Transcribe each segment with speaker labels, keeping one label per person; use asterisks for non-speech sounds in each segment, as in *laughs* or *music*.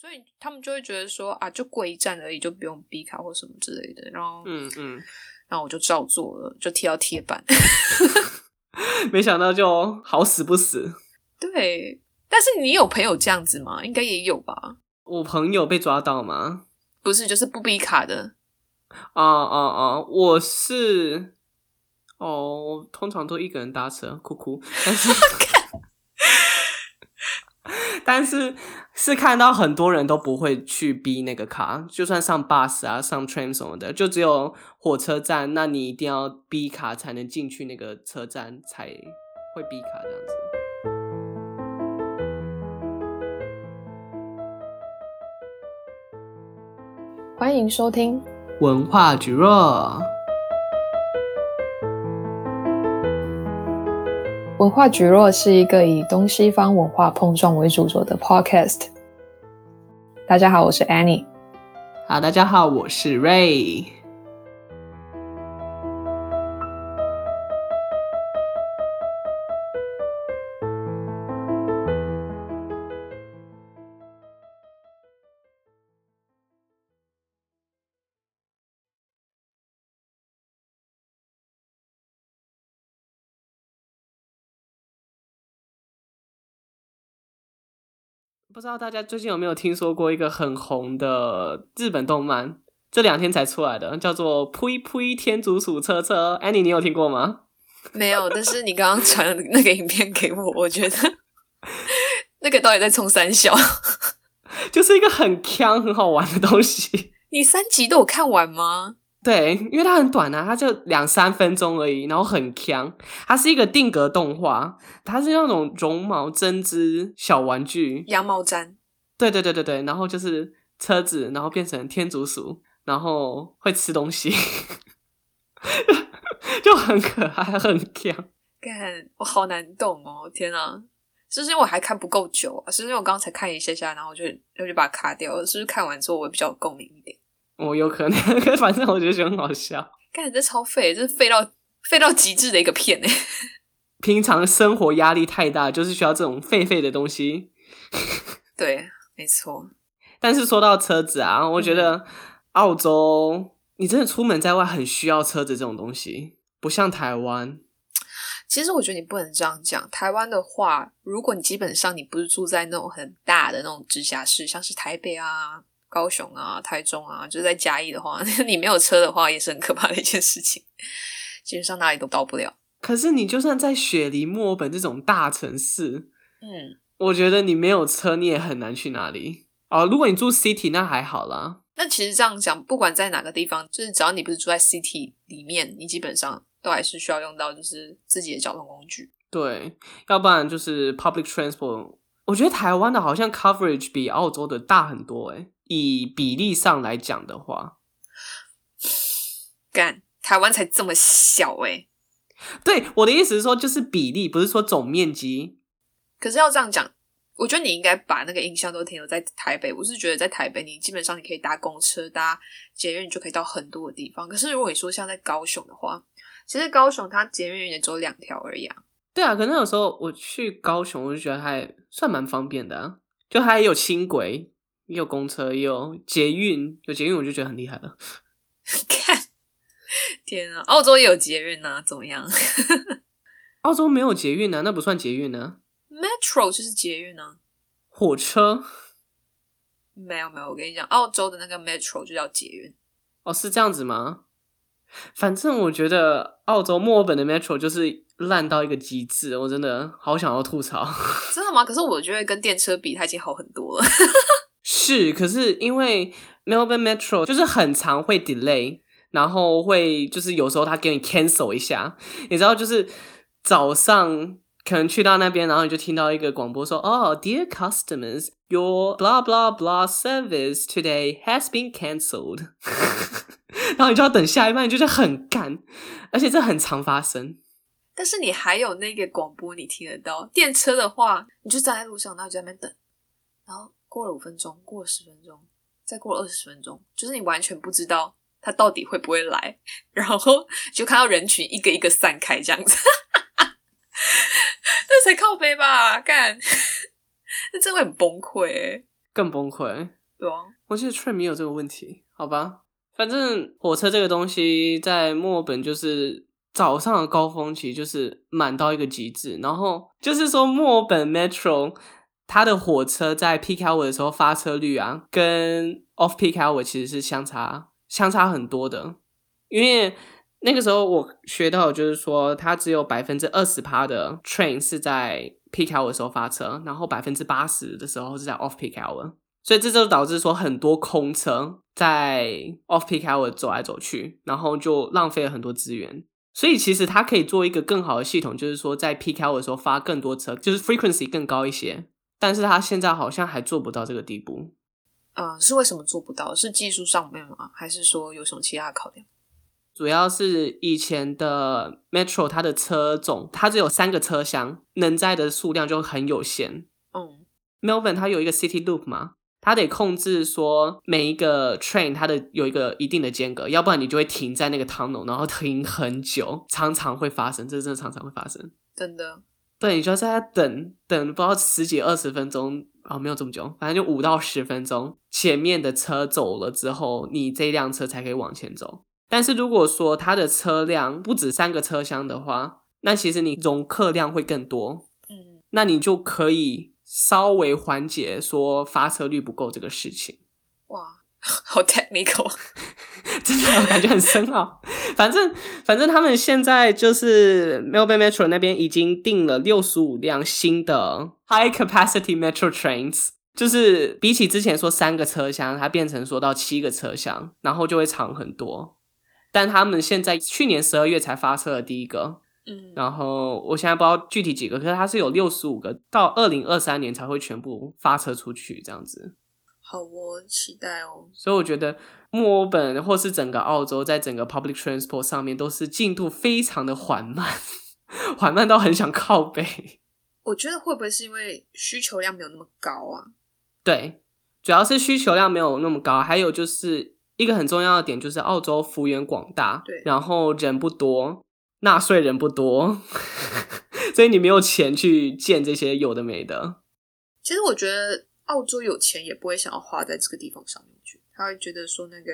Speaker 1: 所以他们就会觉得说啊，就过一站而已，就不用逼卡或什么之类的。然后，
Speaker 2: 嗯嗯，
Speaker 1: 然后我就照做了，就贴到贴板。*laughs*
Speaker 2: *laughs* 没想到就好死不死，
Speaker 1: 对，但是你有朋友这样子吗？应该也有吧？
Speaker 2: 我朋友被抓到吗？
Speaker 1: 不是，就是不逼卡的。
Speaker 2: 啊啊啊！我是哦，我通常都一个人搭车，哭哭。但是， *laughs* 但是是看到很多人都不会去逼那个卡，就算上 bus 啊、上 train 什么的，就只有火车站，那你一定要逼卡才能进去那个车站，才会逼卡这样子。
Speaker 1: 欢迎收听，
Speaker 2: 文化局弱，
Speaker 1: 文化局落是一个以东西方文化碰撞为主轴的 podcast。大家好，我是 Annie。
Speaker 2: 好，大家好，我是 Ray。不知道大家最近有没有听说过一个很红的日本动漫，这两天才出来的，叫做《噗噗天竺鼠车车》。安妮，你有听过吗？
Speaker 1: 没有，但是你刚刚传的那个影片给我，我觉得那个到底在冲三小？ *laughs*
Speaker 2: 就是一个很强、很好玩的东西。
Speaker 1: 你三集都有看完吗？
Speaker 2: 对，因为它很短啊，它就两三分钟而已，然后很强。它是一个定格动画，它是那种绒毛针织小玩具，
Speaker 1: 羊毛毡，
Speaker 2: 对对对对对，然后就是车子，然后变成天竺鼠，然后会吃东西， *laughs* 就很可爱，很强。
Speaker 1: 看我好难懂哦！天啊，是不是因为我还看不够久啊？是不是因为我刚才看一下下，然后就我就把它卡掉了？是不是看完之后我会比较有共鸣一点？
Speaker 2: 我哦有可能， *laughs* 反正我就觉得很好笑。
Speaker 1: 看这超废，这是废到废到极致的一个片哎、
Speaker 2: 平常生活压力太大，就是需要这种狒狒的东西。
Speaker 1: *laughs* 对，没错，
Speaker 2: 但是说到车子啊，我觉得澳洲你真的出门在外很需要车子这种东西，不像台湾。
Speaker 1: 其实我觉得你不能这样讲。台湾的话，如果你基本上你不是住在那种很大的那种直辖市，像是台北啊、高雄啊、台中啊，就是在嘉义的话， *laughs* 你没有车的话也是很可怕的一件事情。基本上哪里都到不了。
Speaker 2: 可是你就算在雪梨、墨尔本这种大城市，
Speaker 1: 嗯，
Speaker 2: 我觉得你没有车，你也很难去哪里哦。如果你住 city，那还好啦。
Speaker 1: 那其实这样讲，不管在哪个地方，就是只要你不是住在 city 里面，你基本上都还是需要用到就是自己的交通工具。
Speaker 2: 对，要不然就是 public transport。我觉得台湾的好像 coverage 比澳洲的大很多诶、以比例上来讲的话，
Speaker 1: 干，台湾才这么小欸诶、
Speaker 2: 对我的意思是说，就是比例，不是说总面积。
Speaker 1: 可是要这样讲，我觉得你应该把那个印象都停留在台北。我是觉得在台北，你基本上你可以搭公车、搭捷运就可以到很多的地方。可是如果你说像在高雄的话，其实高雄它捷运也只有两条而已啊。
Speaker 2: 对啊，可能有时候我去高雄，我就觉得还算蛮方便的、啊，就它也有轻轨，也有公车，也有捷运，有捷运我就觉得很厉害了。
Speaker 1: 看，天啊，澳洲也有捷运啊，怎么样 *laughs*
Speaker 2: 澳洲没有捷运呢、啊，那不算捷运呢、
Speaker 1: ？Metro 就是捷运啊。
Speaker 2: 火车
Speaker 1: 没有没有，我跟你讲，澳洲的那个 metro 就叫捷运。
Speaker 2: 哦，是这样子吗？反正我觉得澳洲墨尔本的 metro 就是烂到一个极致，我真的好想要吐槽。
Speaker 1: 真的吗？可是我觉得跟电车比，它已经好很多了。 *laughs*
Speaker 2: 是，可是因为 Melbourne metro 就是很常会 delay，然后会就是有时候它给你 cancel 一下，你知道，就是早上可能去到那边，然后你就听到一个广播说：“哦、d e a r customers, your blah blah blah service today has been cancelled。” *laughs* 然后你就要等下一班，你就是很干，而且这很常发生。
Speaker 1: 但是你还有那个广播，你听得到。电车的话，你就站在路上，然后你就在那边等，然后过了五分钟，过了十分钟，再过了二十分钟，就是你完全不知道它到底会不会来， *laughs* 然后就看到人群一个一个散开这样子。 *laughs* *laughs* 那才靠背吧，干，那真的会很崩溃、欸。
Speaker 2: 更崩溃。
Speaker 1: 对啊，
Speaker 2: 我记得 train 没有这个问题，好吧？反正火车这个东西在墨尔本就是早上的高峰期就是满到一个极致，然后就是说墨尔本 metro 它的火车在 peak hour 的时候发车率啊，跟 off peak hour 其实是相差相差很多的，因为那个时候我学到的就是说，它只有百分之二十趴的 train 是在 peak hour 的时候发车，然后百分之八十的时候是在 off peak hour。所以这就导致说很多空车在 off peak hour 走来走去，然后就浪费了很多资源。所以其实它可以做一个更好的系统，就是说在 peak hour 的时候发更多车，就是 frequency 更高一些。但是它现在好像还做不到这个地步。
Speaker 1: 嗯、是为什么做不到？是技术上面吗？还是说有什么其他的考量？
Speaker 2: 主要是以前的 metro 它的车种，它只有三个车厢，能载的数量就很有限。
Speaker 1: 嗯
Speaker 2: Melbourne 它有一个 City Loop 嘛，它得控制说每一个 train 它的有一个一定的间隔，要不然你就会停在那个 tunnel，然后停很久，常常会发生，这真的常常会发生。
Speaker 1: 真的，
Speaker 2: 对，你就要在那等等，不知道十几二十分钟啊、哦，没有这么久，反正就五到十分钟。前面的车走了之后，你这辆车才可以往前走。但是如果说它的车辆不止三个车厢的话，那其实你容客量会更多，
Speaker 1: 嗯
Speaker 2: 那你就可以稍微缓解说发车率不够这个事情。 *laughs*
Speaker 1: 哇，好 technical， *laughs*
Speaker 2: 真的我感觉很深奥。反正反正他们现在就是 Melbourne Metro 那边已经订了六十五辆新的 high capacity metro trains，就是比起之前说三个车厢，它变成说到七个车厢，然后就会长很多。但他们现在去年十二月才发射了第一个，
Speaker 1: 嗯，
Speaker 2: 然后我现在不知道具体几个，可是它是有六十五个，到二零二三年才会全部发车出去这样子。
Speaker 1: 好哦，期待哦，
Speaker 2: 所以我觉得墨尔本或是整个澳洲，在整个 public transport 上面都是进度非常的缓慢， *laughs* 缓慢到很想靠背。
Speaker 1: 我觉得会不会是因为需求量没有那么高啊？
Speaker 2: 对，主要是需求量没有那么高，还有就是一个很重要的点就是澳洲幅员广大，
Speaker 1: 对
Speaker 2: 然后人不多，纳税人不多， *laughs* 所以你没有钱去建这些有的没的。
Speaker 1: 其实我觉得澳洲有钱也不会想要花在这个地方上面去，他会觉得说那个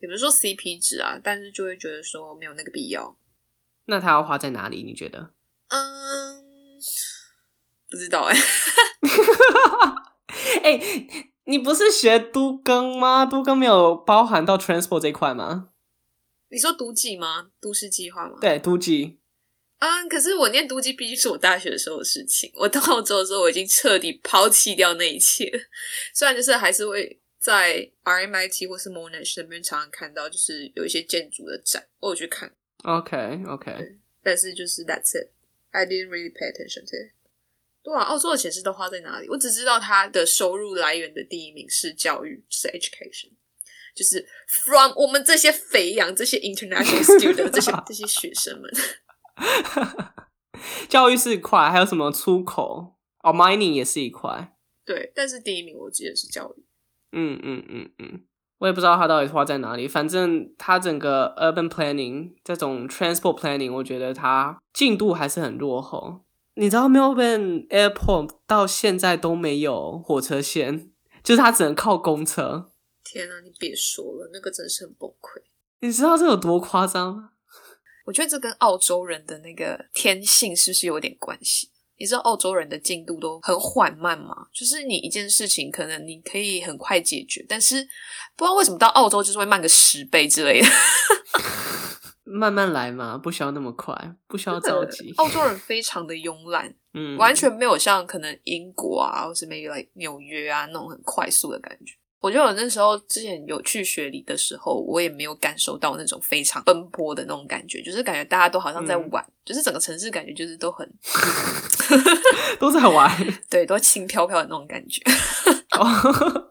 Speaker 1: 也不是说 CP 值啊，但是就会觉得说没有那个必要。
Speaker 2: 那它要花在哪里？你觉得？
Speaker 1: 嗯，不知道哎、 *laughs*
Speaker 2: 哎、你不是学都更吗？都更没有包含到 transport 这一块吗？
Speaker 1: 你说读计吗？都市计划吗？
Speaker 2: 对，都记。
Speaker 1: 嗯，可是我念都计毕竟是我大学的时候的事情。我到澳洲的时候，我已经彻底抛弃掉那一切了。虽然就是还是会在 RMIT 或是 Monash 那边常常看到，就是有一些建筑的展，我有去看，
Speaker 2: OK OK，
Speaker 1: 但是就是 That's it. I didn't really pay attention to it. 对啊，澳洲的钱是都花在哪里？我只知道它的收入来源的第一名是教育，就是 education，就是 from 我们这些肥羊、这些 international student、这些这些学生们。
Speaker 2: 教育是一块，还有什么出口哦、m i n i n g 也是一块。
Speaker 1: 对，但是第一名我记得是教育。
Speaker 2: 嗯嗯嗯嗯，我也不知道它到底花在哪里。反正它整个 urban planning 这种 transport planning，我觉得它进度还是很落后。你知道 Melbourne Airport 到现在都没有火车线，就是它只能靠公车。
Speaker 1: 天啊，你别说了，那个真是很崩溃。
Speaker 2: 你知道这有多夸张吗？
Speaker 1: 我觉得这跟澳洲人的那个天性是不是有点关系？你知道澳洲人的进度都很缓慢吗？就是你一件事情，可能你可以很快解决，但是不知道为什么到澳洲就是会慢个十倍之类的。
Speaker 2: 慢慢来嘛，不需要那么快，不需要着急
Speaker 1: *laughs* 。澳洲人非常的慵懒，
Speaker 2: 嗯，
Speaker 1: 完全没有像可能英国啊，或是 maybe like 纽约啊那种很快速的感觉。我觉得我那时候之前有去雪梨的时候，我也没有感受到那种非常奔波的那种感觉，就是感觉大家都好像在
Speaker 2: 嗯
Speaker 1: 玩，就是整个城市感觉就是都很
Speaker 2: 都在玩。
Speaker 1: 对，都轻飘飘的那种感觉，
Speaker 2: 哦，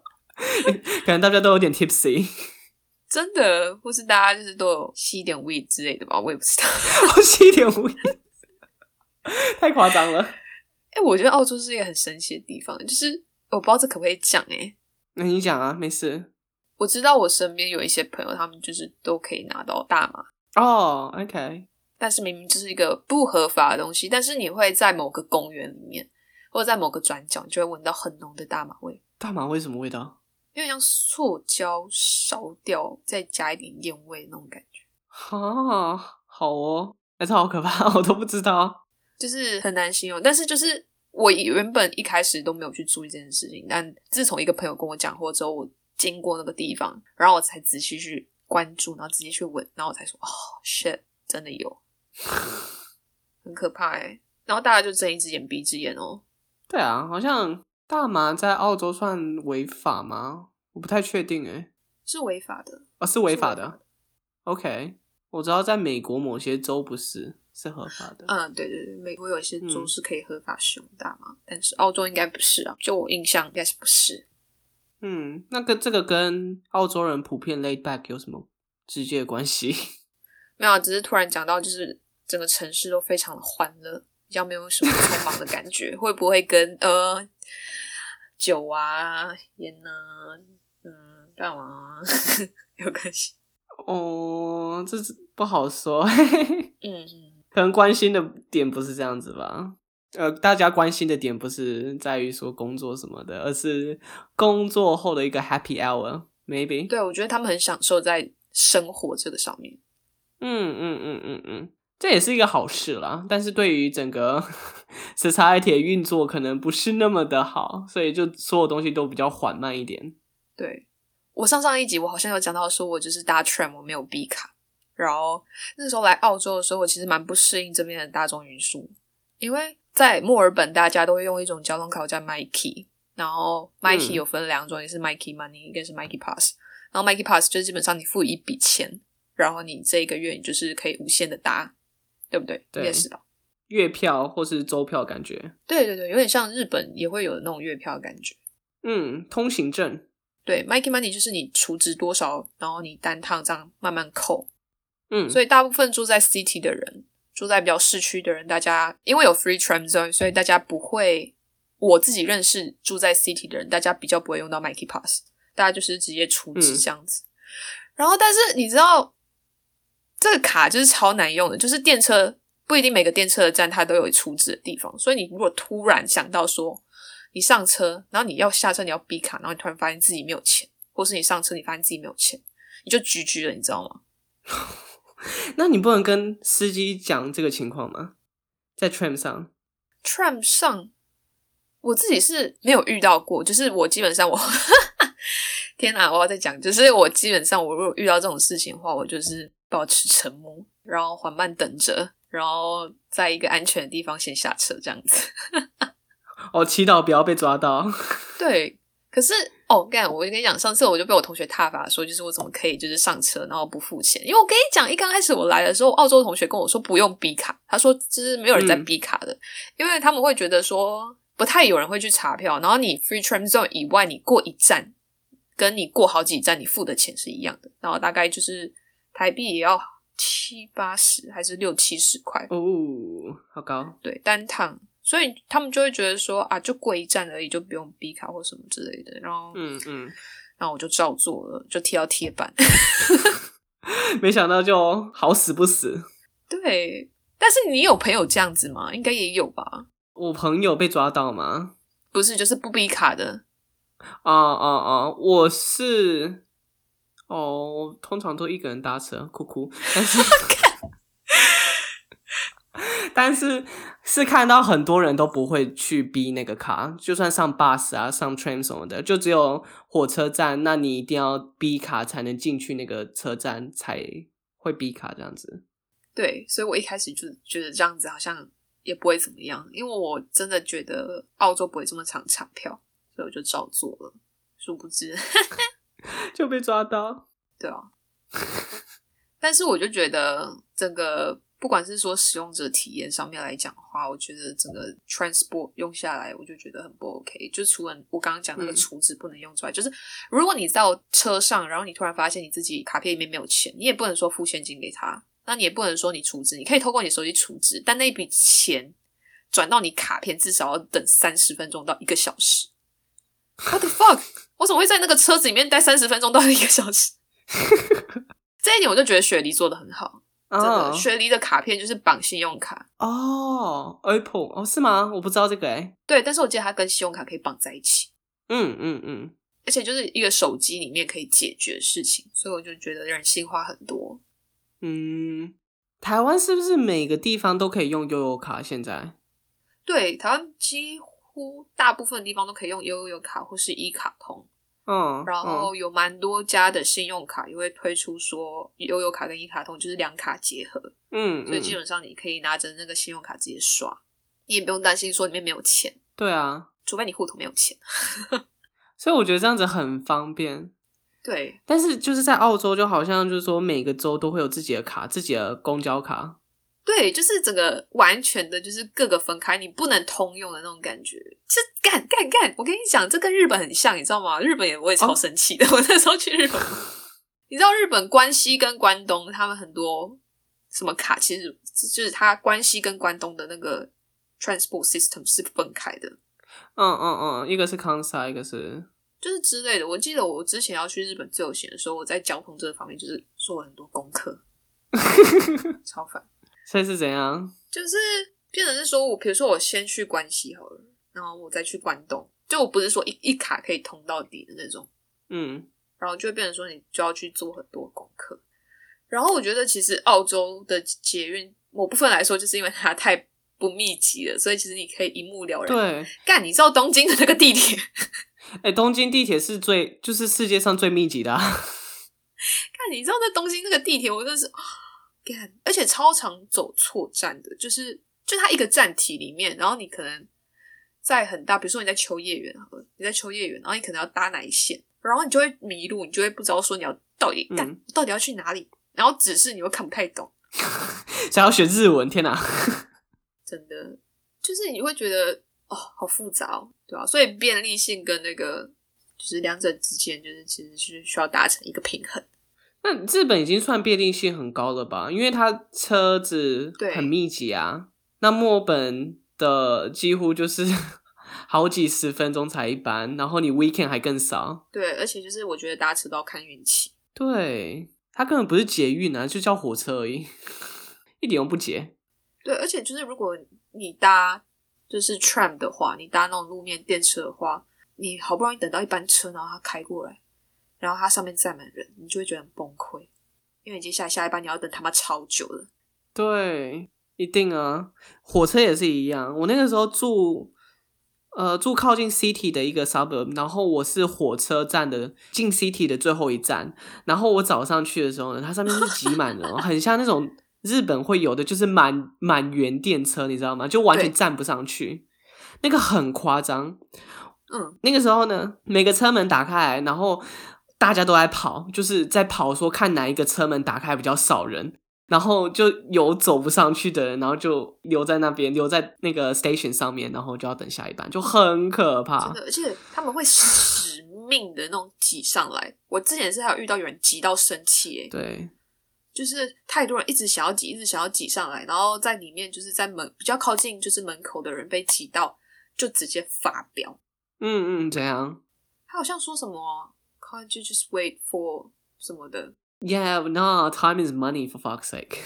Speaker 2: 可能大家都有点 tipsy， *laughs*
Speaker 1: 真的，或是大家就是都有吸一点 weed 之类的吧，我也不知道。 *laughs*
Speaker 2: 我吸一点无语， *laughs* 太夸张了。
Speaker 1: 哎、我觉得澳洲是一个很神奇的地方，就是我不知道这可不可以讲哎、
Speaker 2: 那你讲啊，没事。
Speaker 1: 我知道我身边有一些朋友，他们就是都可以拿到大麻，
Speaker 2: 哦、o k
Speaker 1: 但是明明就是一个不合法的东西，但是你会在某个公园里面，或者在某个转角，你就会闻到很浓的大麻味。
Speaker 2: 大麻会什么味道？
Speaker 1: 有点像塑胶烧掉，再加一点烟味那种感觉，
Speaker 2: 哈，好哦，哎，这好可怕，我都不知道。
Speaker 1: 就是很难形容。但是就是我原本一开始都没有去注意这件事情，但自从一个朋友跟我讲过之后，我经过那个地方，然后我才仔细去关注，然后仔细去闻，然后我才说哦，shit，真的有， *laughs* 很可怕哎、然后大家就睁一只眼闭一只眼哦。
Speaker 2: 对啊，好像大麻在澳洲算违法吗？我不太确定哎。
Speaker 1: 是违法的，
Speaker 2: 哦，是违法
Speaker 1: 是违
Speaker 2: 的。OK，我知道在美国某些州不是是合法的。
Speaker 1: 嗯，对对对，美国有一些州
Speaker 2: 嗯
Speaker 1: 是可以合法使用大麻，但是澳洲应该不是啊，就我印象应该是不是。
Speaker 2: 嗯，那跟这个跟澳洲人普遍 laid back 有什么直接的关系？ *laughs*
Speaker 1: 没有啊，只是突然讲到，就是整个城市都非常的欢乐，比较没有什么匆忙的感觉，会不会跟呃酒啊、烟啊、嗯干嘛啊 *laughs* 有关系？
Speaker 2: 哦，这是不好说， *laughs*
Speaker 1: 嗯嗯，
Speaker 2: 可能关心的点不是这样子吧。呃，大家关心的点不是在于说工作什么的，而是工作后的一个 happy hour，maybe。
Speaker 1: 对，我觉得他们很享受在生活这个上面。
Speaker 2: 嗯嗯嗯嗯嗯，这也是一个好事啦。但是对于整个 *laughs* society 的运作，可能不是那么的好，所以就所有东西都比较缓慢一点。
Speaker 1: 对我上上一集我好像有讲到说，我就是搭 tram 我没有 B 卡，然后那时候来澳洲的时候，我其实蛮不适应这边的大众运输，因为在墨尔本大家都会用一种交通卡我叫 Mikey，然后 Mikey
Speaker 2: 嗯
Speaker 1: 有分两种，一个是 Mikey Money，一个是 Mikey Pass，然后 Mikey Pass 就是基本上你付一笔钱，然后你这一个月你就是可以无限的搭，对不对？
Speaker 2: 对
Speaker 1: 也是吧。
Speaker 2: 月票或是周票，感觉，
Speaker 1: 对对对，有点像日本也会有那种月票的感觉。
Speaker 2: 嗯，通行证，
Speaker 1: 对，Mikey Money 就是你储值多少，然后你单趟这样慢慢扣，
Speaker 2: 嗯，
Speaker 1: 所
Speaker 2: 以
Speaker 1: 以大部分住在 city 的人，住在比较市区的人，大家因为有 free tram zone，所以大家不会，我自己认识住在 city 的人，大家比较不会用到 Mikey Pass，大家就是直接储值
Speaker 2: 嗯
Speaker 1: 这样子。然后，但是你知道，这个卡就是超难用的，就是电车不一定每个电车的站它都有储值的地方，所以你如果突然想到说你上车，然后你要下车你要 B 卡，然后你突然发现自己没有钱，或是你上车你发现自己没有钱，你就局局了，你知道吗？
Speaker 2: 那你不能跟司机讲这个情况吗？在 tram 上，
Speaker 1: tram 上，我自己是没有遇到过，就是我基本上我，天哪，我要再讲，就是我基本上我如果遇到这种事情的话，我就是保持沉默，然后缓慢等着，然后在一个安全的地方先下车这样子。
Speaker 2: 哦，祈祷不要被抓到。
Speaker 1: 对，可是哦，干，我跟你讲，上次我就被我同学挞伐说，就是我怎么可以就是上车然后不付钱？因为我跟你讲，一刚开始我来的时候，澳洲同学跟我说不用 B 卡，他说就是没有人在
Speaker 2: 嗯
Speaker 1: B 卡的，因为他们会觉得说不太有人会去查票，然后你 free tram zone 以外，你过一站跟你过好几站，你付的钱是一样的，然后大概就是台币也要七八十还是六七十块，
Speaker 2: 哦，好高，
Speaker 1: 对，单趟，所以他们就会觉得说啊，就过一站而已，就不用 B 卡或什么之类的。然后，
Speaker 2: 嗯嗯，
Speaker 1: 然后我就照做了，就贴到贴板。
Speaker 2: *laughs*
Speaker 1: *laughs*
Speaker 2: 没想到就好死不死，
Speaker 1: 对，但是你有朋友这样子吗？应该也有吧？
Speaker 2: 我朋友被抓到吗？
Speaker 1: 不是，就是不 B 卡的。
Speaker 2: 啊啊啊！我是哦，我通常都一个人搭车，哭哭。但是但是是看到很多人都不会去逼那个卡，就算上 bus 啊、上 train 什么的，就只有火车站，那你一定要逼卡才能进去那个车站，才会逼卡这样子。
Speaker 1: 对，所以我一开始就觉得这样子好像也不会怎么样，因为我真的觉得澳洲不会这么常查票，所以我就照做了。殊不知，
Speaker 2: 就被抓到。
Speaker 1: 对啊。 *laughs* 但是我就觉得整个不管是说使用者体验上面来讲的话，我觉得整个 transport 用下来，我就觉得很不 OK。就除了我刚刚讲那个
Speaker 2: 嗯
Speaker 1: 储值不能用之外，就是如果你到车上，然后你突然发现你自己卡片里面没有钱，你也不能说付现金给他，那你也不能说你储值，你可以透过你手机储值，但那一笔钱转到你卡片至少要等三十分钟到一个小时。What the fuck？我怎 *laughs* 么会在那个车子里面待三十分钟到一个小时？这一点我就觉得雪梨做的很好。这个
Speaker 2: 哦
Speaker 1: 雪梨的卡片就是绑信用卡，
Speaker 2: 哦，Apple 哦是吗？我不知道这个哎、
Speaker 1: 对，但是我记得它跟信用卡可以绑在一起。
Speaker 2: 嗯嗯嗯，
Speaker 1: 而且就是一个手机里面可以解决的事情，所以我就觉得人性化很多。
Speaker 2: 嗯，台湾是不是每个地方都可以用悠游卡？现在
Speaker 1: 对，台湾几乎大部分地方都可以用悠游卡或是一卡通，
Speaker 2: 嗯，
Speaker 1: 然
Speaker 2: 嗯
Speaker 1: 后有蛮多家的信用卡也会推出说悠游卡跟一卡通就是两卡结合，
Speaker 2: 嗯，
Speaker 1: 所以基
Speaker 2: 嗯
Speaker 1: 本上你可以拿着那个信用卡直接刷，你也不用担心说里面没有钱，
Speaker 2: 对啊，
Speaker 1: 除非你户头没有钱。
Speaker 2: 所以我觉得这样子很方便。
Speaker 1: 对，
Speaker 2: 但是就是在澳洲，就好像就是说每个州都会有自己的卡，自己的公交卡。
Speaker 1: 对，就是整个完全的，就是各个分开，你不能通用的那种感觉。这干干干，我跟你讲，这跟日本很像，你知道吗？日本也我也超生气的。我那时候去日本，你知道日本关西跟关东，他们很多什么卡，其实就是它关西跟关东的那个 transport system 是分开的，
Speaker 2: 嗯嗯嗯，一个是康萨，一个是
Speaker 1: 就是之类的。我记得我之前要去日本自由行的时候，我在交通这方面就是做了很多功课，超烦。
Speaker 2: 所以是怎样？
Speaker 1: 就是变成是说我，比如说我先去关西好了，然后我再去关东，就我不是说一一卡可以通到底的那种，
Speaker 2: 嗯
Speaker 1: 然后就会变成说你就要去做很多功课。然后我觉得其实澳洲的捷运某部分来说，就是因为它太不密集了，所以其实你可以一目了然。
Speaker 2: 对，
Speaker 1: 干，你知道东京的那个地铁，
Speaker 2: 哎、东京地铁是最就是世界上最密集的、啊。 *laughs*
Speaker 1: 干，你知道那东京那个地铁，我真的是干，而且超常走错站的，就是就它一个站体里面，然后你可能在很大，比如说你在秋叶原好了，你在秋叶原，然后你可能要搭哪一线，然后你就会迷路，你就会不知道说你要到底干、
Speaker 2: 嗯
Speaker 1: 到底要去哪里，然后指示你又看不太懂，
Speaker 2: 想要学日文，天哪！
Speaker 1: 真的就是你会觉得哦，好复杂哦，对啊，所以便利性跟那个就是两者之间，就是其实是需要达成一个平衡。
Speaker 2: 那日本已经算便利性很高了吧？因为它车子
Speaker 1: 对
Speaker 2: 很密集啊。那墨尔本的几乎就是 *laughs* 好几十分钟才一班，然后你 weekend 还更少。
Speaker 1: 对，而且就是我觉得搭车都要看运气。
Speaker 2: 对，它根本不是捷运啊，就叫火车而已， *laughs* 一点都不捷。
Speaker 1: 对，而且就是如果你搭就是 tram 的话，你搭那种路面电车的话，你好不容易等到一班车，然后它开过来，然后它上面站满人，你就会觉得很崩溃，因为你接下来下一班你要等他妈超久了。
Speaker 2: 对，一定啊，火车也是一样。我那个时候住。呃，住靠近 city 的一个 suburb，然后我是火车站的进 city 的最后一站，然后我早上去的时候呢，它上面是挤满人哦，很像那种日本会有的，就是满满员电车，你知道吗？就完全
Speaker 1: 对
Speaker 2: 站不上去，那个很夸张。
Speaker 1: 嗯，
Speaker 2: 那个时候呢，每个车门打开来，然后大家都在跑，就是在跑，说看哪一个车门打开比较少人，然后就有走不上去的人，然后就留在那边，留在那个 station 上面，然后就要等下一班，就很可怕
Speaker 1: 真。的，而且他们会死命的那种挤上来。我之前是还有遇到有人挤到生气、欸，
Speaker 2: 对，
Speaker 1: 就是太多人一直想要挤，一直想要挤上来，然后在里面就是在门比较靠近就是门口的人被挤到，就直接发飙。
Speaker 2: 嗯嗯，怎样
Speaker 1: 他好像说什么 “Can't you just wait for” 什么的，
Speaker 2: ？Yeah, no, time is money for fuck's sake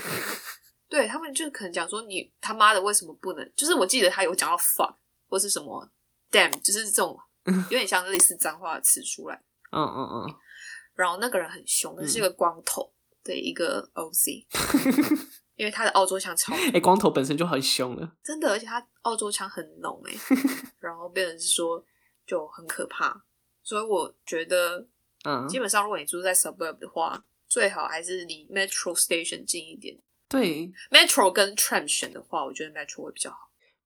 Speaker 1: 对他们就可能讲说你他妈的为什么不能？就是我记得他有讲到 “fuck” 或是什么 “damn”，就是这种有点像类似脏话的词出来。
Speaker 2: 嗯。嗯嗯
Speaker 1: 然后那个人很凶，那是一个光头的一个 OZ，、因为他的澳洲腔超
Speaker 2: 哎、光头本身就很凶了。
Speaker 1: 真的，而且他澳洲腔很浓诶、然后变成是说就很可怕，所以我觉得
Speaker 2: 嗯，
Speaker 1: 基本上如果你住在 suburb 的话，最好还是离 metro station 近一点。
Speaker 2: 对，
Speaker 1: Metro 跟 Tram 选的话，我觉得 Metro 会比较好。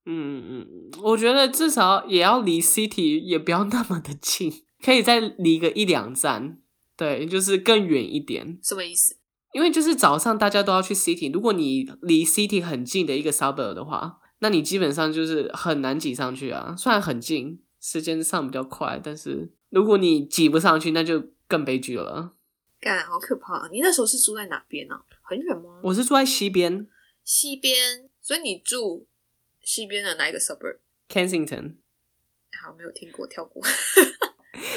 Speaker 2: 嗯嗯，嗯，我觉得至少也要离 City 也不要那么的近，可以再离个一两站，对，就是更远一点。
Speaker 1: 什么意思？
Speaker 2: 因为就是早上大家都要去 City，如果你离 City 很近的一个 suburb 的话，那你基本上就是很难挤上去啊。虽然很近，时间上比较快，但是如果你挤不上去，那就更悲剧了。
Speaker 1: 干，好可怕！啊你那时候是住在哪边呢、啊？很远吗？
Speaker 2: 我是住在西边
Speaker 1: 西边，所以你住西边的哪一个 suburb？
Speaker 2: Kensington，
Speaker 1: 好，没有听过，跳过。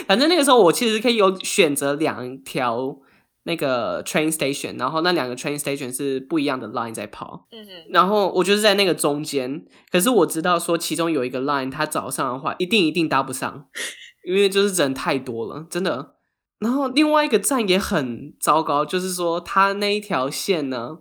Speaker 2: 反正那个时候我其实可以有选择两条那个 train station，然后那两个 train station 是不一样的 line 在跑，
Speaker 1: 嗯 *laughs* 哼，
Speaker 2: 然后我就是在那个中间。可是我知道说其中有一个 line，它早上的话一定一定搭不上，因为就是人太多了，真的。然后另外一个站也很糟糕，就是说它那一条线呢，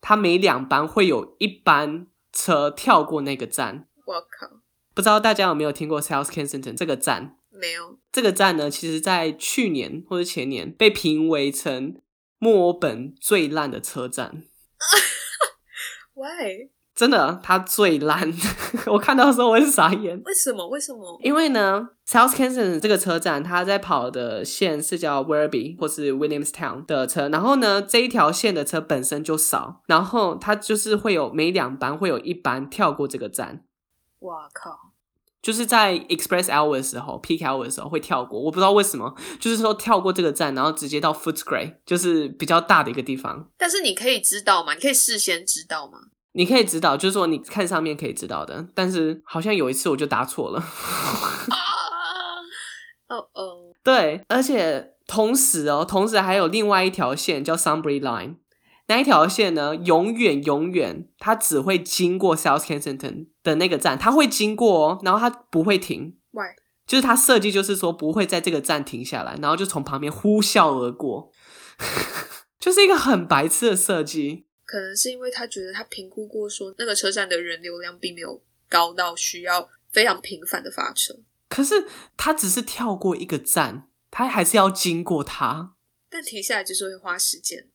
Speaker 2: 它每两班会有一班车跳过那个站。
Speaker 1: 我靠，
Speaker 2: 不知道大家有没有听过 South Kensington 这个站？
Speaker 1: 没有，
Speaker 2: 这个站呢，其实在去年或者前年被评为成墨尔本最烂的车站，
Speaker 1: 喂，
Speaker 2: 真的，啊它最烂。 *laughs* 我看到的时候我很傻眼，
Speaker 1: 为什么？为什么？
Speaker 2: 因为呢，South Kensington 这个车站，它在跑的线是叫 Werribee 或是 Williamstown 的车，然后呢，这一条线的车本身就少，然后它就是会有每两班会有一班跳过这个站，
Speaker 1: 我靠，
Speaker 2: 就是在 Express Hour 的时候，Peak Hour 的时候会跳过，我不知道为什么，就是说跳过这个站，然后直接到 Footscray，就是比较大的一个地方。
Speaker 1: 但是你可以知道吗？你可以事先知道吗？
Speaker 2: 你可以知道，就是说你看上面可以知道的，但是好像有一次我就答错了。 *laughs*
Speaker 1: 啊，哦哦，
Speaker 2: 对，而且同时哦，同时还有另外一条线叫 Sunbury Line，那一条线呢，永远永远它只会经过 South Kensington 的那个站，它会经过哦，然后它不会停。
Speaker 1: 喂，
Speaker 2: 就是它设计就是说不会在这个站停下来，然后就从旁边呼啸而过， *laughs* 就是一个很白痴的设计。
Speaker 1: 可能是因为他觉得他评估过说那个车站的人流量并没有高到需要非常频繁的发车，
Speaker 2: 可是它只是跳过一个站，它还是要经过它。
Speaker 1: 但停下来就是会花时间。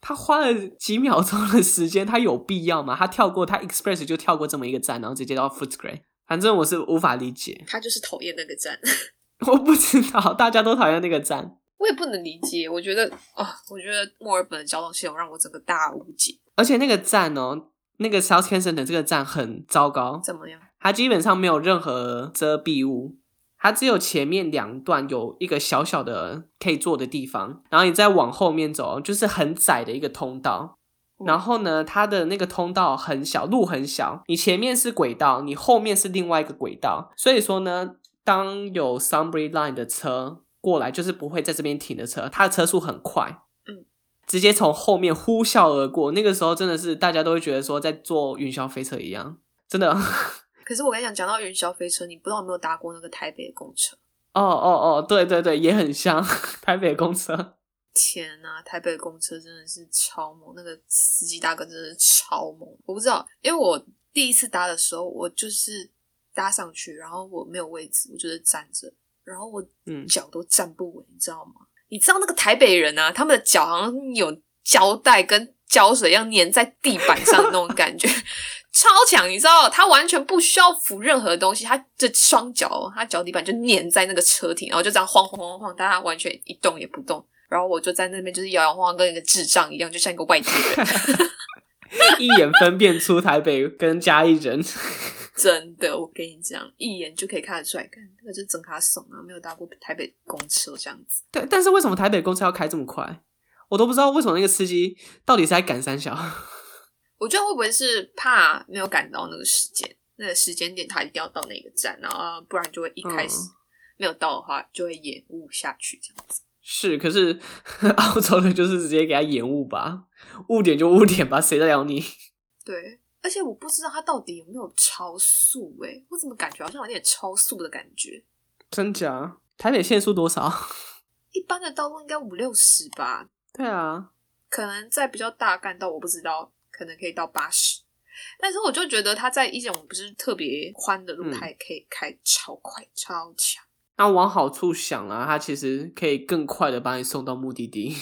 Speaker 2: 他花了几秒钟的时间，他有必要吗？他跳过他 express 就跳过这么一个站，然后直接到 Footscray，反正我是无法理解， *laughs*
Speaker 1: 他就是讨厌那个站， *laughs*
Speaker 2: 我不知道，大家都讨厌那个站，
Speaker 1: 我也不能理解。我觉得啊，我觉得墨尔本的交通系统让我整个大无解。
Speaker 2: 而且那个站哦，那个 South Kensington 这个站很糟糕，
Speaker 1: 怎么样？
Speaker 2: 它基本上没有任何遮蔽物，它只有前面两段有一个小小的可以坐的地方，然后你再往后面走，就是很窄的一个通道。
Speaker 1: 嗯
Speaker 2: 然后呢，它的那个通道很小，路很小，你前面是轨道，你后面是另外一个轨道，所以说呢，当有 Sunbury Line 的车过来，就是不会在这边停的车，它的车速很快，
Speaker 1: 嗯，
Speaker 2: 直接从后面呼啸而过。那个时候真的是大家都会觉得说在坐云霄飞车一样，真的。
Speaker 1: 可是我跟你讲，讲到云霄飞车，你不知道有没有搭过那个台北的公车？
Speaker 2: 哦哦哦，对对对，也很像台北公车。
Speaker 1: 天呐、啊台北公车真的是超猛，那个司机大哥真的是超猛。我不知道，因为我第一次搭的时候，我就是搭上去，然后我没有位置，我就是站着，然后我
Speaker 2: 嗯
Speaker 1: 脚都站不稳，你知道吗？你知道那个台北人啊，他们的脚好像有胶带跟胶水一样粘在地板上的那种感觉， *laughs* 超强，你知道，他完全不需要扶任何东西，他这双脚哦，他脚底板就粘在那个车体，然后就这样晃晃晃晃，但他完全一动也不动。然后我就在那边就是摇摇晃晃，跟一个智障一样，就像一个外地人，
Speaker 2: 一眼分辨出台北跟嘉义人。 *laughs*
Speaker 1: 真的，我跟你讲，一眼就可以看得出来，看那个就是整卡怂啊，没有搭过台北公车这样子。
Speaker 2: 对，但是为什么台北公车要开这么快？我都不知道为什么那个司机到底是在赶三小。 *laughs*
Speaker 1: 我觉得会不会是怕没有赶到那个时间，那个时间点他一定要到那个站，然后不然就会一开始
Speaker 2: 嗯
Speaker 1: 没有到的话，就会延误下去这样子。
Speaker 2: 是，可是 *laughs* 澳洲人就是直接给他延误吧，误点就误点吧，谁得了你？
Speaker 1: 对，而且我不知道他到底有没有超速诶、我怎么感觉好像有点超速的感觉？
Speaker 2: 真假？台北限速多少？
Speaker 1: 一般的道路应该五六十吧，
Speaker 2: 对啊，
Speaker 1: 可能在比较大干道，我不知道，可能可以到八十。但是我就觉得他在一种不是特别宽的路，
Speaker 2: 嗯
Speaker 1: 他也可以开超快、超强。
Speaker 2: 那往好处想啊，他其实可以更快的把你送到目的地。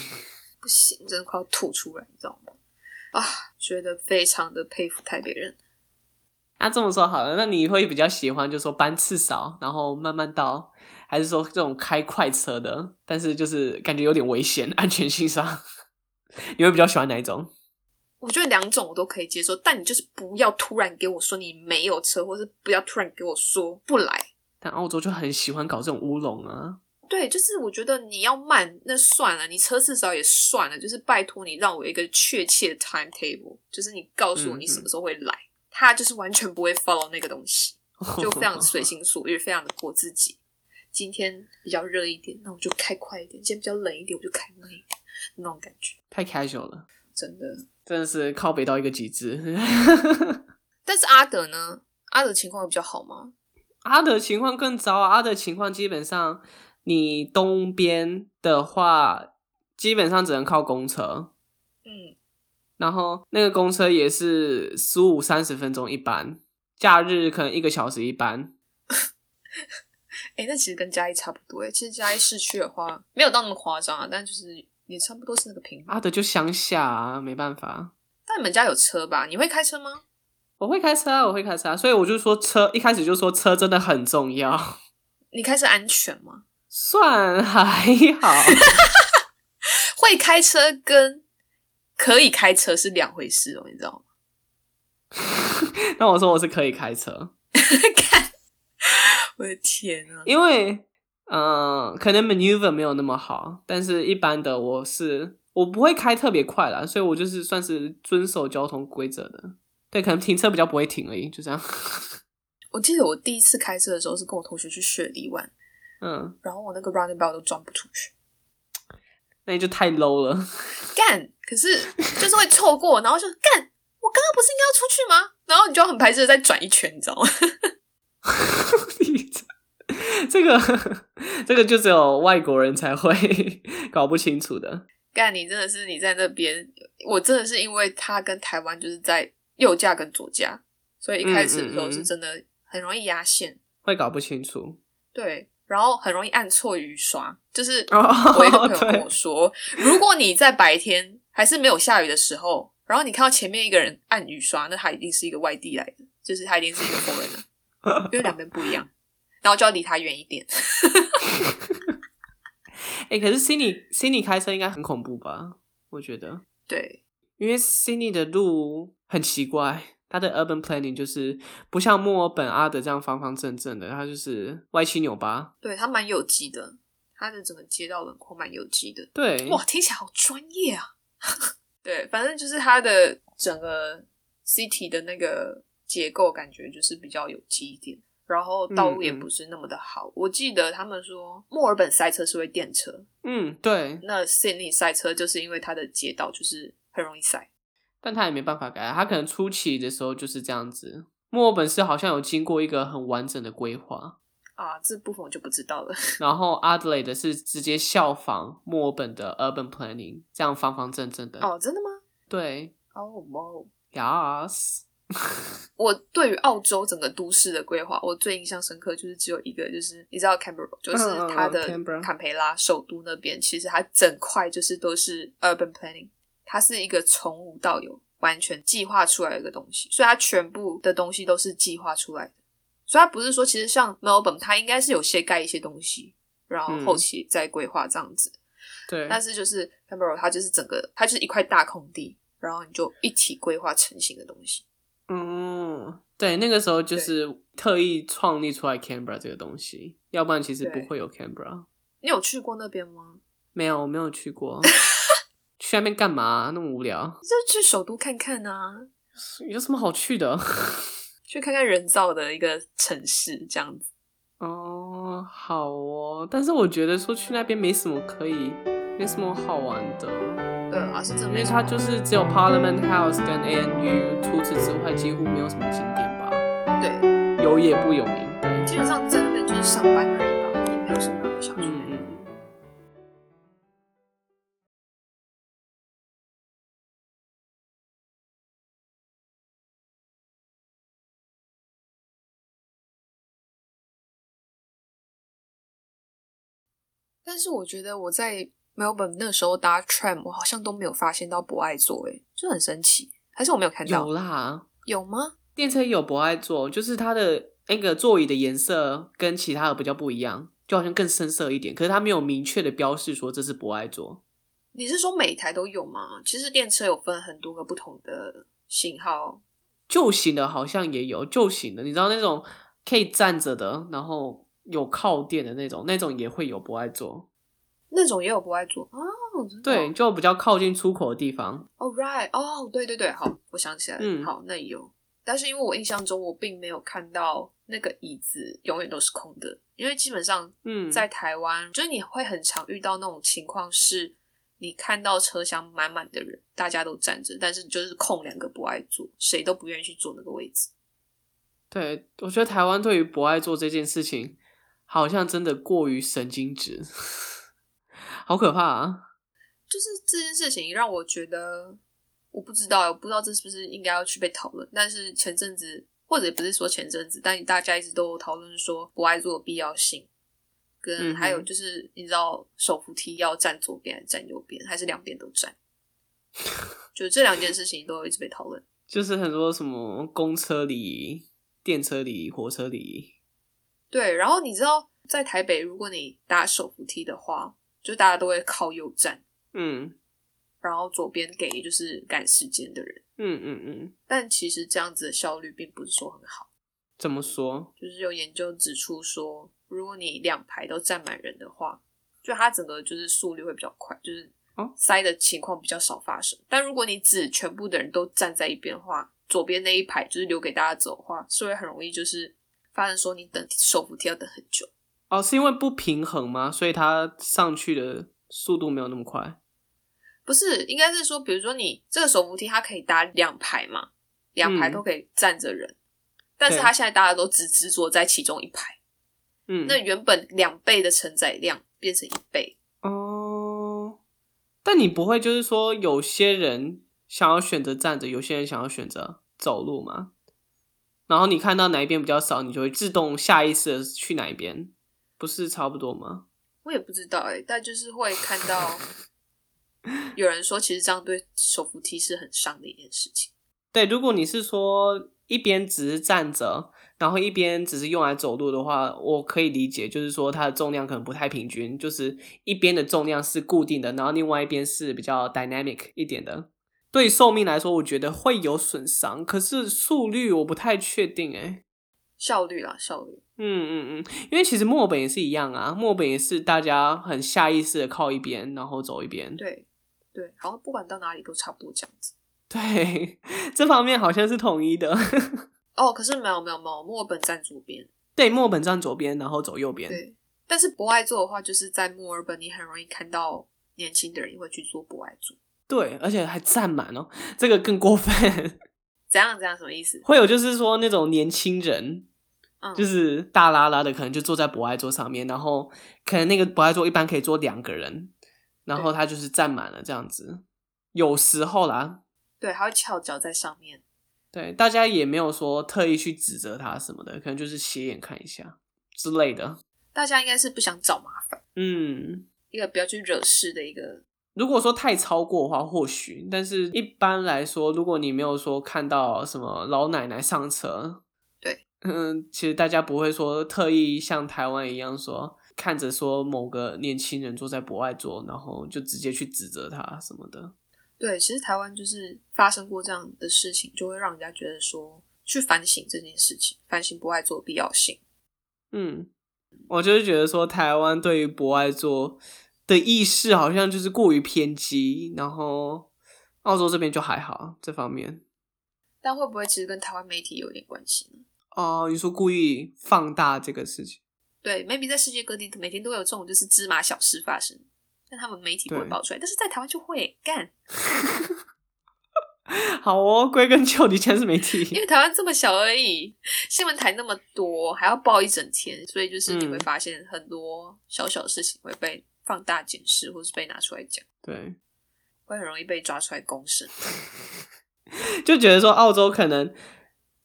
Speaker 1: 不行，真的快要吐出来，你知道吗？啊，觉得非常的佩服台北人。
Speaker 2: 那啊这么说好了，那你会比较喜欢，就是说班次少，然后慢慢到，还是说这种开快车的？但是就是感觉有点危险，安全性上， *laughs* 你会比较喜欢哪一种？
Speaker 1: 我觉得两种我都可以接受，但你就是不要突然给我说你没有车，或是不要突然给我说不来。
Speaker 2: 但澳洲就很喜欢搞这种乌龙啊，
Speaker 1: 对，就是我觉得你要慢，那算了，你车至少也算了，就是拜托你让我有一个确切的 timetable，就是你告诉我你什么时候会来。他就是完全不会 follow 那个东西，就非
Speaker 2: *laughs*
Speaker 1: 常随心所欲，非常的活自己。今天比较热一点，那我就开快一点；今天比较冷一点，我就开慢一点，那种感觉
Speaker 2: 太 casual 了，
Speaker 1: 真的。
Speaker 2: 真的是靠北到一个极致。 *laughs*
Speaker 1: 但是阿德呢？阿德情况会比较好吗？
Speaker 2: 阿德情况更糟啊！阿德情况基本上，你东边的话，基本上只能靠公车，
Speaker 1: 嗯，
Speaker 2: 然后那个公车也是十五三十分钟一班，假日可能一个小时一班。
Speaker 1: 哎、那其实跟嘉义差不多哎。其实嘉义市区的话，没有到那么夸张啊，但就是也差不多是那个频率。
Speaker 2: 阿德就乡下啊，没办法。
Speaker 1: 但你们家有车吧？你会开车吗？
Speaker 2: 我会开车啊，我会开车啊，所以我就说车一开始就说车真的很重要，
Speaker 1: 你开车安全吗？
Speaker 2: 算还好。
Speaker 1: 会开车跟可以开车是两回事哦，你知道吗？
Speaker 2: 那我说我是可以开车，
Speaker 1: 看，我的天啊！
Speaker 2: 因为嗯、呃可能 maneuver 没有那么好，但是一般的我是我不会开特别快啦，所以我就是算是遵守交通规则的。对，可能停车比较不会停而已，就这样。
Speaker 1: 我记得我第一次开车的时候是跟我同学去雪梨玩，
Speaker 2: 嗯，
Speaker 1: 然后我那个 roundabout 都撞不出去，
Speaker 2: 那你就太 low 了。
Speaker 1: 干！可是 *laughs* 就是会错过，然后就干！我刚刚不是应该要出去吗？然后你就要很排斥的再转一圈，你知道吗？ *laughs*
Speaker 2: 你这这个这个就只有外国人才会 *laughs* 搞不清楚的。
Speaker 1: 干！你真的是你在那边，我真的是因为他跟台湾就是在右驾跟左驾，所以一开始的时
Speaker 2: 嗯
Speaker 1: 候
Speaker 2: 嗯嗯
Speaker 1: 是真的很容易压线，
Speaker 2: 会搞不清楚
Speaker 1: 对，然后很容易按错雨刷，就是
Speaker 2: 哦
Speaker 1: 我有一个
Speaker 2: *laughs*
Speaker 1: 朋友跟
Speaker 2: 对
Speaker 1: 我说，如果你在白天还是没有下雨的时候，然后你看到前面一个人按雨刷，那他一定是一个外地来的，就是他一定是一个 foreigner，因
Speaker 2: *laughs*
Speaker 1: 为两边不一样，然后就要离他远一点。
Speaker 2: 哎、可是 Cindy Cindy 开车应该很恐怖吧？我觉得，
Speaker 1: 对，
Speaker 2: 因为 Cindy 的路很奇怪，它的 urban planning 就是不像墨尔本阿德这样方方正正的，它就是歪七扭八。
Speaker 1: 对他蛮有机的，他的整个街道轮廓蛮有机的。
Speaker 2: 对，
Speaker 1: 哇，听起来好专业啊！对，反正就是它的整个 city 的那个结构，感觉就是比较有机一点，然后道路也
Speaker 2: 嗯嗯
Speaker 1: 不是那么的好。我记得他们说墨尔本塞车是会电车，
Speaker 2: 嗯，对，
Speaker 1: 那 Sydney 塞车就是因为它的街道就是很容易塞。
Speaker 2: 但他也没办法改，他可能初期的时候就是这样子。墨尔本是好像有经过一个很完整的规划，
Speaker 1: 啊，这部分我就不知道了。
Speaker 2: 然后阿德雷的是直接效仿墨尔本的 urban planning，这样方方正正的。
Speaker 1: 哦，真的吗？
Speaker 2: 对
Speaker 1: 哦，哇哦！
Speaker 2: ，yes，
Speaker 1: 我对于澳洲整个都市的规划，我最印象深刻就是只有一个，就是你知道 Canberra，就是
Speaker 2: 嗯嗯
Speaker 1: 它的
Speaker 2: Canberra
Speaker 1: 坎培拉首都那边，其实它整块就是都是 urban planning，它是一个从无到有完全计划出来的一个东西，所以它全部的东西都是计划出来的，所以它不是说其实像 Melbourne，它应该是有些盖一些东西，然后
Speaker 2: 嗯
Speaker 1: 后期再规划这样子，
Speaker 2: 对，
Speaker 1: 但是就是 Canberra 它就是整个它就是一块大空地，然后你就一体规划成型的东西。
Speaker 2: 嗯，对，那个时候就是特意创立出来 Canberra 这个东西，要不然其实不
Speaker 1: 对
Speaker 2: 会有 Canberra。
Speaker 1: 你有去过那边吗？
Speaker 2: 没有，我没有
Speaker 1: *laughs*
Speaker 2: 去过，去那边干嘛、那么无聊，
Speaker 1: 就去首都看看啊，
Speaker 2: 有什么好去的？ *laughs*
Speaker 1: 去看看人造的一个城市这样子。
Speaker 2: 哦，好哦，但是我觉得说去那边没什么可以，没什么好玩的，
Speaker 1: 对啊，是真的
Speaker 2: 因
Speaker 1: 没
Speaker 2: 为
Speaker 1: 错。
Speaker 2: 它就是只有 Parliament House 跟 ANU，除此之外几乎没有什么景点吧，
Speaker 1: 对，
Speaker 2: 有也不有名。对
Speaker 1: 基本上在那边就是上班而已吧，也没有什么想去
Speaker 2: 嗯
Speaker 1: 的。
Speaker 2: 嗯。
Speaker 1: 但是我觉得我在 Melbourne 那时候搭 tram，我好像都没有发现到博爱座，诶，就很神奇。还是我没有看到？
Speaker 2: 有啦，
Speaker 1: 有吗？
Speaker 2: 嗯电车有不爱坐，就是它的那个座椅的颜色跟其他的比较不一样，就好像更深色一点。可是它没有明确的标示说这是不爱座。
Speaker 1: 你是说每一台都有吗？其实电车有分很多个不同的型号。
Speaker 2: 旧型的好像也有，旧型的你知道那种可以站着的，然后有靠垫的那种，那种也会有不爱座。
Speaker 1: 那种也有不爱座哦，真的哦
Speaker 2: 对，就比较靠近出口的地方。
Speaker 1: All right，哦、对对对，好，我想起来了，
Speaker 2: 嗯
Speaker 1: 好，那有，但是因为我印象中我并没有看到那个椅子永远都是空的，因为基本上
Speaker 2: 嗯，
Speaker 1: 在台湾，就是你会很常遇到那种情况是，你看到车厢满满的人，大家都站着，但是就是空两个不爱坐，谁都不愿意去坐那个位置。
Speaker 2: 对，我觉得台湾对于博爱座这件事情，好像真的过于神经质， *laughs* 好可怕啊！
Speaker 1: 就是这件事情让我觉得，我不知道，我不知道这是不是应该要去被讨论。但是前阵子，或者也不是说前阵子，但大家一直都有讨论说不爱做的必要性，
Speaker 2: 嗯
Speaker 1: 跟
Speaker 2: 哼
Speaker 1: 还有就是你知道手扶梯要站左边还是站右边，还是两边都
Speaker 2: *laughs*
Speaker 1: 站，就这两件事情都有一直被讨论。
Speaker 2: 就是很多什么公车礼仪、电车礼仪、火车礼仪，
Speaker 1: 对，然后你知道在台北，如果你搭手扶梯的话，就大家都会靠右站，
Speaker 2: 嗯
Speaker 1: 然后左边给就是赶时间的人。
Speaker 2: 嗯嗯嗯，
Speaker 1: 但其实这样子的效率并不是说很好。
Speaker 2: 怎么说？
Speaker 1: 就是有研究指出说，如果你两排都站满人的话，就它整个就是速率会比较快，就是
Speaker 2: 哦
Speaker 1: 塞的情况比较少发生。但如果你只全部的人都站在一边的话，左边那一排就是留给大家走的话，是会很容易就是发生说你等手扶梯要等很久。
Speaker 2: 哦，是因为不平衡吗？所以它上去的速度没有那么快。
Speaker 1: 不是，应该是说，比如说你这个手扶梯它可以搭两排嘛，两排
Speaker 2: 嗯
Speaker 1: 都可以站着人，但是
Speaker 2: 对
Speaker 1: 它现在大家都只执着在其中一排，
Speaker 2: 嗯，
Speaker 1: 那原本两倍的承载量变成一倍。
Speaker 2: 哦，但你不会就是说有些人想要选择站着，有些人想要选择走路吗？然后你看到哪一边比较少，你就会自动下意识的去哪一边，不是差不多吗？
Speaker 1: 我也不知道哎、但就是会看
Speaker 2: *laughs*
Speaker 1: 到有人说，其实这样对手扶梯是很伤的一件事情。
Speaker 2: 对，如果你是说一边只是站着，然后一边只是用来走路的话，我可以理解，就是说它的重量可能不太平均，就是一边的重量是固定的，然后另外一边是比较 dynamic 一点的。对寿命来说，我觉得会有损伤，可是速率我不太确定诶、欸
Speaker 1: 效率啦，效率。
Speaker 2: 嗯嗯嗯，因为其实墨尔本也是一样啊，墨尔本也是大家很下意识的靠一边，然后走一边。
Speaker 1: 对对，好像不管到哪里都差不多这样子。
Speaker 2: 对， *laughs* 这方面好像是统一的。 *laughs*
Speaker 1: 哦，可是没有没有没有，墨尔本站左边。
Speaker 2: 对，墨尔本站左边，然后走右边。
Speaker 1: 对，但是博爱座的话，就是在墨尔本，你很容易看到年轻的人也会去做博爱座。
Speaker 2: 对，而且还占满哦，这个更过分。 *laughs*
Speaker 1: 怎样怎样什么意思？
Speaker 2: 会有就是说那种年轻人，
Speaker 1: 嗯，
Speaker 2: 就是大拉拉的，可能就坐在博爱座上面，然后可能那个博爱座一般可以坐两个人，然后
Speaker 1: 对
Speaker 2: 他就是占满了这样子。有时候啦，
Speaker 1: 对，还会翘脚在上面。
Speaker 2: 对，大家也没有说特意去指责他什么的，可能就是斜眼看一下之类的。
Speaker 1: 大家应该是不想找麻烦，
Speaker 2: 嗯，
Speaker 1: 一个不要去惹事的一个。
Speaker 2: 如果说太超过的话，或许，但是一般来说，如果你没有说看到什么老奶奶上车，
Speaker 1: 对，
Speaker 2: *laughs* 嗯，其实大家不会说特意像台湾一样说看着说某个年轻人坐在博爱座，然后就直接去指责他什么的。
Speaker 1: 对，其实台湾就是发生过这样的事情，就会让人家觉得说去反省这件事情，反省不爱做的必要性。
Speaker 2: 嗯，我就是觉得说台湾对于博爱座的意识好像就是过于偏激，然后澳洲这边就还好这方面。
Speaker 1: 但会不会其实跟台湾媒体有点关系呢？
Speaker 2: 哦、你说故意放大这个事情。
Speaker 1: 对，maybe 在世界各地每天都有这种就是芝麻小事发生，但他们媒体不会
Speaker 2: 对
Speaker 1: 爆出来，但是在台湾就会干，
Speaker 2: *laughs* 好哦，归根究底全是媒
Speaker 1: 因
Speaker 2: 体。
Speaker 1: 为台湾这么小而已，新闻台那么多，还要报一整天，所以就是你会
Speaker 2: 嗯
Speaker 1: 发现很多小小的事情会被放大检视，或是被拿出来讲，
Speaker 2: 对，
Speaker 1: 会很容易被抓出来公审。
Speaker 2: 就觉得说澳洲可能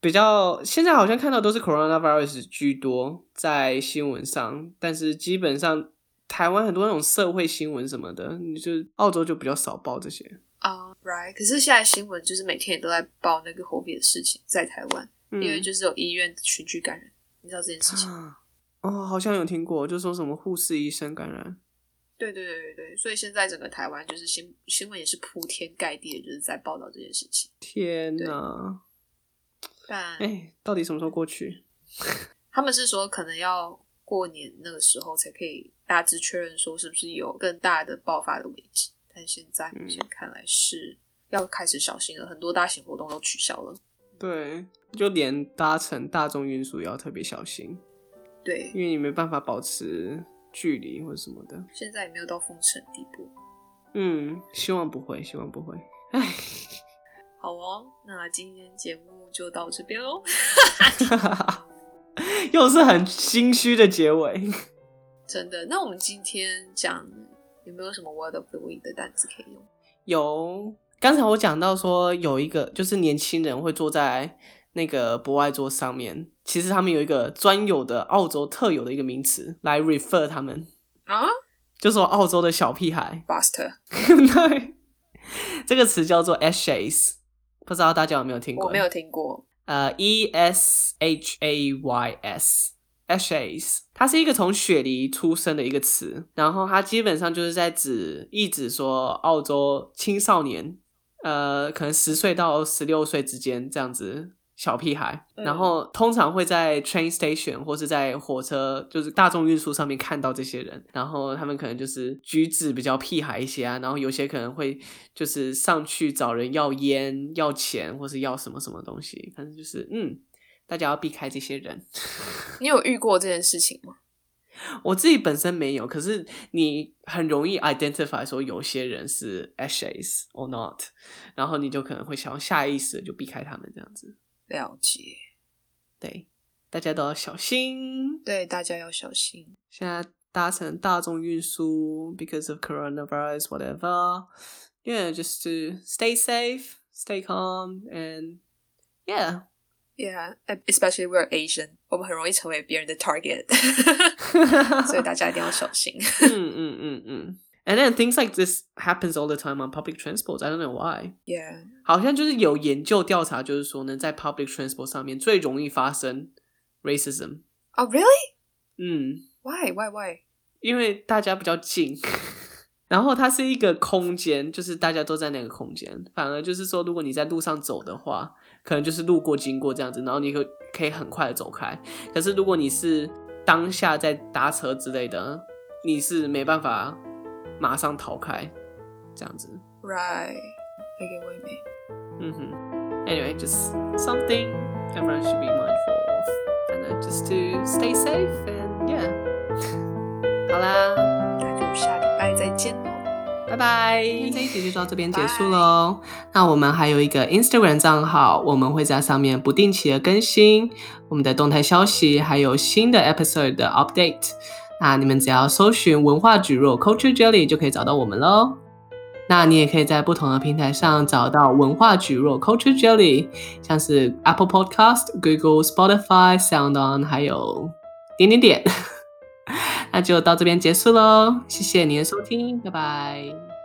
Speaker 2: 比较现在好像看到都是 coronavirus 居多在新闻上，但是基本上台湾很多那种社会新闻什么的，你就澳洲就比较少报这些。
Speaker 1: 啊、r i g h t 可是现在新闻就是每天也都在报那个猴比的事情，在台湾，
Speaker 2: 嗯
Speaker 1: 因为就是有医院群聚感染，你知道这件事情？
Speaker 2: 啊哦，好像有听过，就说什么护士、医生感染。
Speaker 1: 对对对对对，所以现在整个台湾就是新新闻也是铺天盖地的，就是在报道这件事情。
Speaker 2: 天哪！
Speaker 1: 但
Speaker 2: 哎、到底什么时候过去？
Speaker 1: 他们是说可能要过年那个时候才可以大致确认说是不是有更大的爆发的危机，但现在
Speaker 2: 嗯
Speaker 1: 目前看来是要开始小心了，很多大型活动都取消了。
Speaker 2: 对，就连搭乘大众运输也要特别小心，
Speaker 1: 对，
Speaker 2: 因为你没办法保持距离或者什么的。
Speaker 1: 现在也没有到封城地步。
Speaker 2: 嗯，希望不会，希望不会。
Speaker 1: 好哦，那今天节目就到这边喽。
Speaker 2: *laughs* 又是很心虚的结尾。 *laughs*
Speaker 1: 真的，那我们今天讲有没有什么 word of the week 的单词可以用？
Speaker 2: 有，刚才我讲到说有一个就是年轻人会坐在那个博爱桌上面，其实他们有一个专有的澳洲特有的一个名词来 refer 他们，
Speaker 1: 啊
Speaker 2: 就说澳洲的小屁孩。 *laughs*
Speaker 1: ，Buster，
Speaker 2: 对，这个词叫做 S shays，不知道大家有没有听过？
Speaker 1: 我没有。听过。
Speaker 2: 呃，E S H A Y S。S Shays，它是一个从雪梨出生的一个词，然后它基本上就是在指意指说澳洲青少年，呃，可能十岁到十六岁之间这样子小屁孩，
Speaker 1: 嗯
Speaker 2: 然后通常会在 train station 或是在火车，就是大众运输上面看到这些人，然后他们可能就是举止比较屁孩一些啊，然后有些可能会就是上去找人要烟、要钱或是要什么什么东西，反正就是嗯，大家要避开这些人。
Speaker 1: 你有遇过这件事情吗？
Speaker 2: 我自己本身没有，可是你很容易 identify 说有些人是 ashes or not，然后你就可能会想要下意识地就避开他们这样子。
Speaker 1: 了解，
Speaker 2: 对，大家都要小心。
Speaker 1: 对大家要小心。
Speaker 2: 现在搭乘大众运输，because of coronavirus whatever。Yeah, just to stay safe, stay calm, and yeah.
Speaker 1: Yeah, especially we're Asian，我们很容易成为别人的 *laughs* target，所以大家一定要小心。
Speaker 2: *laughs* 嗯嗯嗯嗯。And then things like this happens all the time on public transport. I don't know why.
Speaker 1: Yeah，
Speaker 2: 好像就是有研究调查，就是说呢，在 public transport 上面最容易发生 racism。
Speaker 1: oh, really?
Speaker 2: 嗯，
Speaker 1: Why? Why? Why?
Speaker 2: 因为大家比较近， *laughs* 然后它是一个空间，就是大家都在那个空间。反而就是说，如果你在路上走的话，可能就是路过经过这样子，然后你可可以很快的走开。可是如果你是当下在搭车之类的，你是没办法马上逃开这样子。
Speaker 1: Right？那个妹妹。
Speaker 2: Mm-hmm. Anyway, just something everyone should be mindful of. And uh, just to stay safe and yeah. *laughs* 好啦，
Speaker 1: 那就下礼拜再见喽。
Speaker 2: 拜拜。这一集就到这边结束喽。那我们还有一个 Instagram 账号，我们会在上面不定期的更新我们的动态消息，还有新的 episode 的 update。那你们只要搜寻文化举弱 Culture Jelly 就可以找到我们喽。那你也可以在不同的平台上找到文化举弱 Culture Jelly，像是 Apple Podcast、Google、Spotify、Sound On，还有点 *laughs* 哦点点。那就到这边结束喽，谢谢你的收听，拜拜。